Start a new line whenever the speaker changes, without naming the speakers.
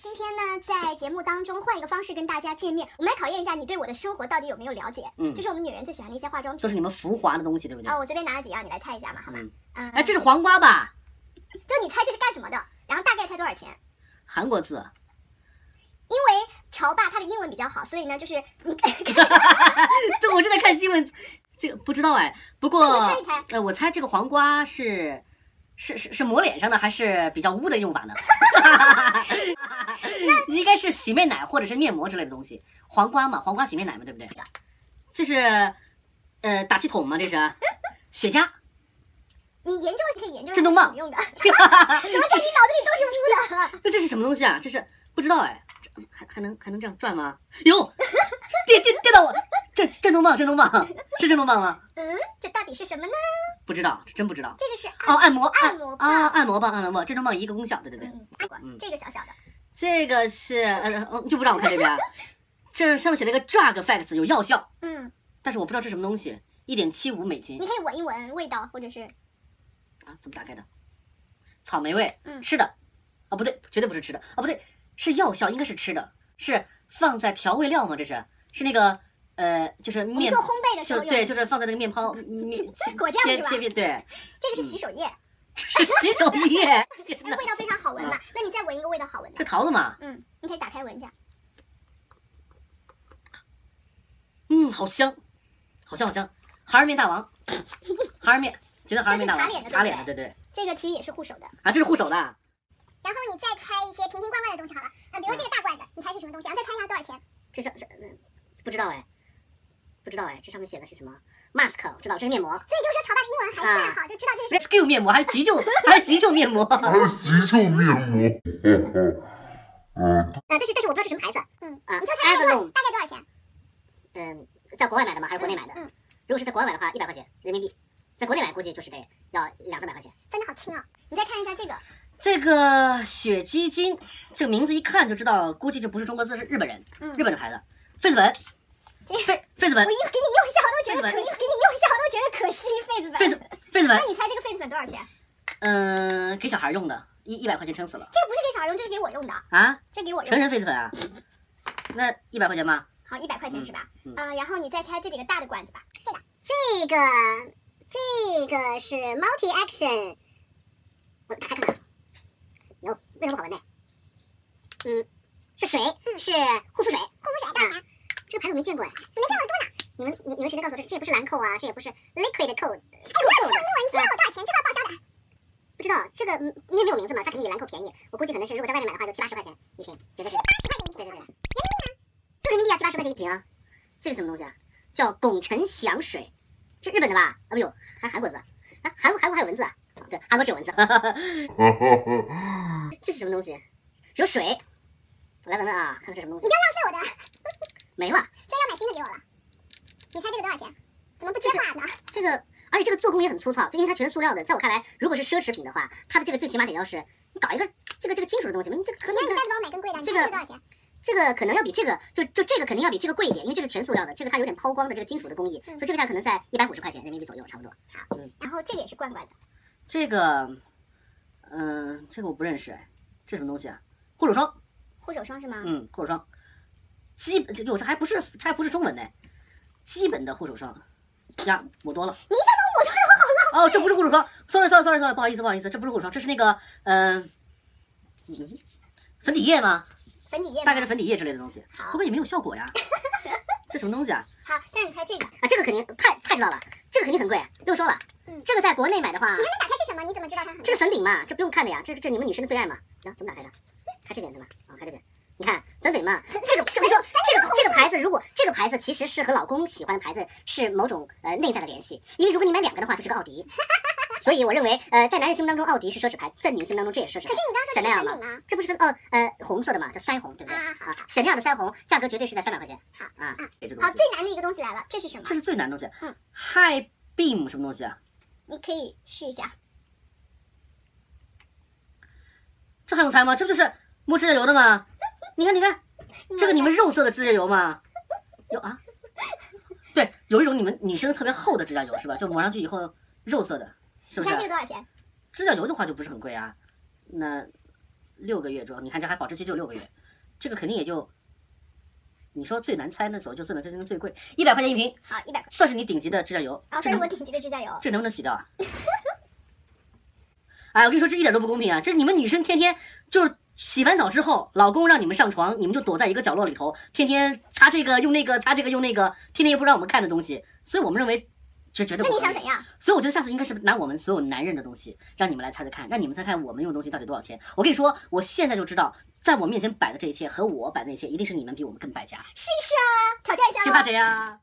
今天呢，在节目当中换一个方式跟大家见面，我们来考验一下你对我的生活到底有没有了解。
嗯
这是我们女人最喜欢的一些化妆
都
品。
是你们浮华的东西，对不对
啊、？我随便拿了几样，你来猜一下嘛，好吗？
嗯
嗯，
哎，这是黄瓜吧？
就你猜这是干什么的，然后大概猜多少钱？
韩国字，
因为潮爸他的英文比较好，所以呢，就是 你
对，我正在看新闻，这个不知道哎。不
那
过
你猜一猜，
呃，我猜这个黄瓜是是是是抹脸上的，还是比较污的用法呢？ 应该是洗面奶或者是面膜之类的东西。黄瓜嘛，黄瓜洗面奶嘛，对不对？这是呃打气筒嘛，这是雪茄。
你研究可以研究
震动棒
有用的， 怎么在你脑子里都是猪的？
那这是什么东西啊？这是不知道哎，这还还能还能这样转吗？哟，电电电到我，震震动棒，震动棒是震动棒吗？
嗯，这到底是什么呢？
不知道，真不知道。
这个是按
哦，按摩，
按摩棒
啊，按摩棒，按摩棒，震动棒一个功效，对对对。
嗯，按过
嗯
这个小小的，
这个是，呃，呃就不让我看这边，这上面写了一个 drug effects，有药效，
嗯，
但是我不知道这是什么东西，一点七五美金
你可以闻一闻味道，或者是
啊，怎么打开的？草莓味，
嗯
吃的，啊，不对，绝对不是吃的，啊，不对，是药效，应该是吃的，是放在调味料吗？这是，是那个，呃，就是
我们
面
做烘。焙的时
就
候用。
对，就是放在那个面包面
果酱
嗯切
是吧
切片，对，
这个
嗯
是洗手液，哎，
这是洗手液， 天哪
味道非常好闻嘛。那你再闻一个味道好闻
这
的，
桃子嘛，
嗯，你可以打开闻一下，
嗯，好香，好香好香，孩儿面大王，孩儿面，觉得孩儿面大王
这是擦脸的
擦脸的，
对
对对，
这个其实也是护手的。
啊，这是护手的啊，
然后你再拆一些瓶瓶罐罐的东西好了，呃，比如这个大罐子，你猜是什么东西？然后再猜一下多少钱？
这是这不知道哎，不知道哎，这上面写的是什么？mask，我知道这是面膜
所以就是说，潮爸的英文还是算好，就知道这个是。
，rescue 面膜还是急救还是急救面膜？
还有急救面膜。嗯，
呃，但是但是我不知道是什么牌子，
嗯，
啊
你就猜猜多
Avalon
大概多少钱？
嗯、在国外买的吗？还是国内买的？
嗯嗯
如果是在国外买的话，一百块钱人民币，在国内买估计就是得要两三百块钱。
分的好清哦。你再看一下这个，
这个雪肌精，这个名字一看就知道，估计这不是中国字，是日本人，
嗯
日本的牌子，痱子纹
这，
痱痱子纹
我，又给你用一下，我都觉得可，又给
痱子
你用一下，我都觉得可惜。痱子
痱
粉，
子痱子纹
那，你猜这个痱子粉多少钱？
嗯、给小孩用的，一一百块钱撑死了
这个不是给小孩用，这是给我用的，
啊！
这是给我用的。
成人痱子粉啊，那一百块钱吧。
好，一百块钱是吧？
嗯嗯
呃，然后你再猜这几个大的罐子吧。
这个这个是 Multi Action，我打开看看啊，有为什么不好闻呢？嗯，是水，是护肤水，护肤水干
啊
啥？这个牌子我没见过哎，你没见过多呢。你们你你们谁能告诉我这这也不是兰蔻啊，这也不是 Liquid Co？哎，我秀英文，你知道我多少钱？这个报销的。不知道这个，嗯因为没有名字嘛，它肯定比兰蔻便宜。我估计可能是如果在外面买的话，就七八十块钱一瓶，绝对是。七八十块钱一瓶，对对对，人民币呢？就人民币要七八十块钱一瓶啊。这个什么东西啊？叫拱辰祥水，是日本的吧？啊，不有，还韩国字啊？啊，韩国韩国还有文字啊？哦对，韩国只有文字。
哈哈哈。
这是什么东西？有水，我来闻闻啊，看看是什么东西。
浪费我的，
没了，
所以要买新的给我了。你猜这个多少钱？怎么不接
这是
话呢？
这个，而且这个做工也很粗糙，就因为它全是塑料的。在我看来，哎如果是奢侈品的话，它的这个最起码得要是你搞一个这个这个金属的东西嘛，你这个可
行，
能
你下次帮我买根贵的，你猜
这
这个
个
多少钱？
这个可能要比这个就就这个肯定要比这个贵一点，因为这是全塑料的，这个它有点抛光的这个金属的工艺，
嗯
所以这个价可能在一百五十块钱人民币左右，差不多。
然后这个也是罐罐的，
这个，嗯、这个我不认识哎，这什么东西啊？护手霜，
护手霜是吗？
嗯，护手霜，基本这有这还不是这还不是中文呢，基本的护手霜呀，抹多了。
你一下把我抹成
哦，这不是护手霜，sorry sorry sorry sorry，不好意思不好意思，这不是护手霜，这是那个嗯、嗯粉底液吗？
粉底液吗
大概是粉底液之类的东西，
好
不过也没有效果 呀。这什么东西啊？
好，现在你猜这个，
啊，这个肯定太太知道了，这个肯定很贵，六说了。
嗯
这个在国内买的话，
你打开是什么？你怎么知道它很？
这是粉饼嘛，这不用看的呀，这这你们女生的最爱嘛。啊，怎么打开的？开这边对吧？啊、开这边。你看粉饼嘛，这个这么说，这个这个牌子，如果这个牌子其实是和老公喜欢的牌子是某种呃内在的联系，因为如果你买两个的话，就是个奥 迪。所以我认为，呃，在男人心目当中，奥迪是奢侈牌，在女人心目当中这也是奢侈
可
牌
是。你刚刚说的是
Chanel
粉饼啊。
这不是分哦呃红色的嘛，叫腮红，对不对？
啊好
啊，沈亮的腮红价格绝对是在三百块钱。
好
啊，
这东
好，
西，
最难的一个东西来了，这是什么？
这是最难的东西。
嗯
High Beam 什么东西啊？
你可以试一下。
这还用猜吗？这不就是抹指甲油的吗？你看，你看，这个你们肉色的指甲油吗？有啊，对，有一种你们女生特别厚的指甲油是吧？就抹上去以后肉色的，是
你
不是啊
猜这？个多少钱？
指甲油的话就不是很贵啊。那六个月装，你看这还保质期只有六个月，这个肯定也就，你说最难猜那时候就最难猜，真的最贵，一百块钱一瓶，
好，一百块。
算是你顶级的指甲油。
然后这是
这能
我顶级的指甲油，
这能不能洗掉啊？ 哎，我跟你说，这一点都不公平啊！这是你们女生天天就是洗完澡之后，老公让你们上床，你们就躲在一个角落里头，天天擦这个用那个，擦这个用那个，天天又不让我们看的东西，所以我们认为这绝对
那你
不合
想
理
怎。样？
所以我觉得下次应该是拿我们所有男人的东西，让你们来猜猜看，让你们猜看我们用的东西到底多少钱。我跟你说，我现在就知道，在我面前摆的这一切和我摆的那一切，一定是你们比我们更败家。
试一试啊，挑战一下
谁
喽
怕。谁呀、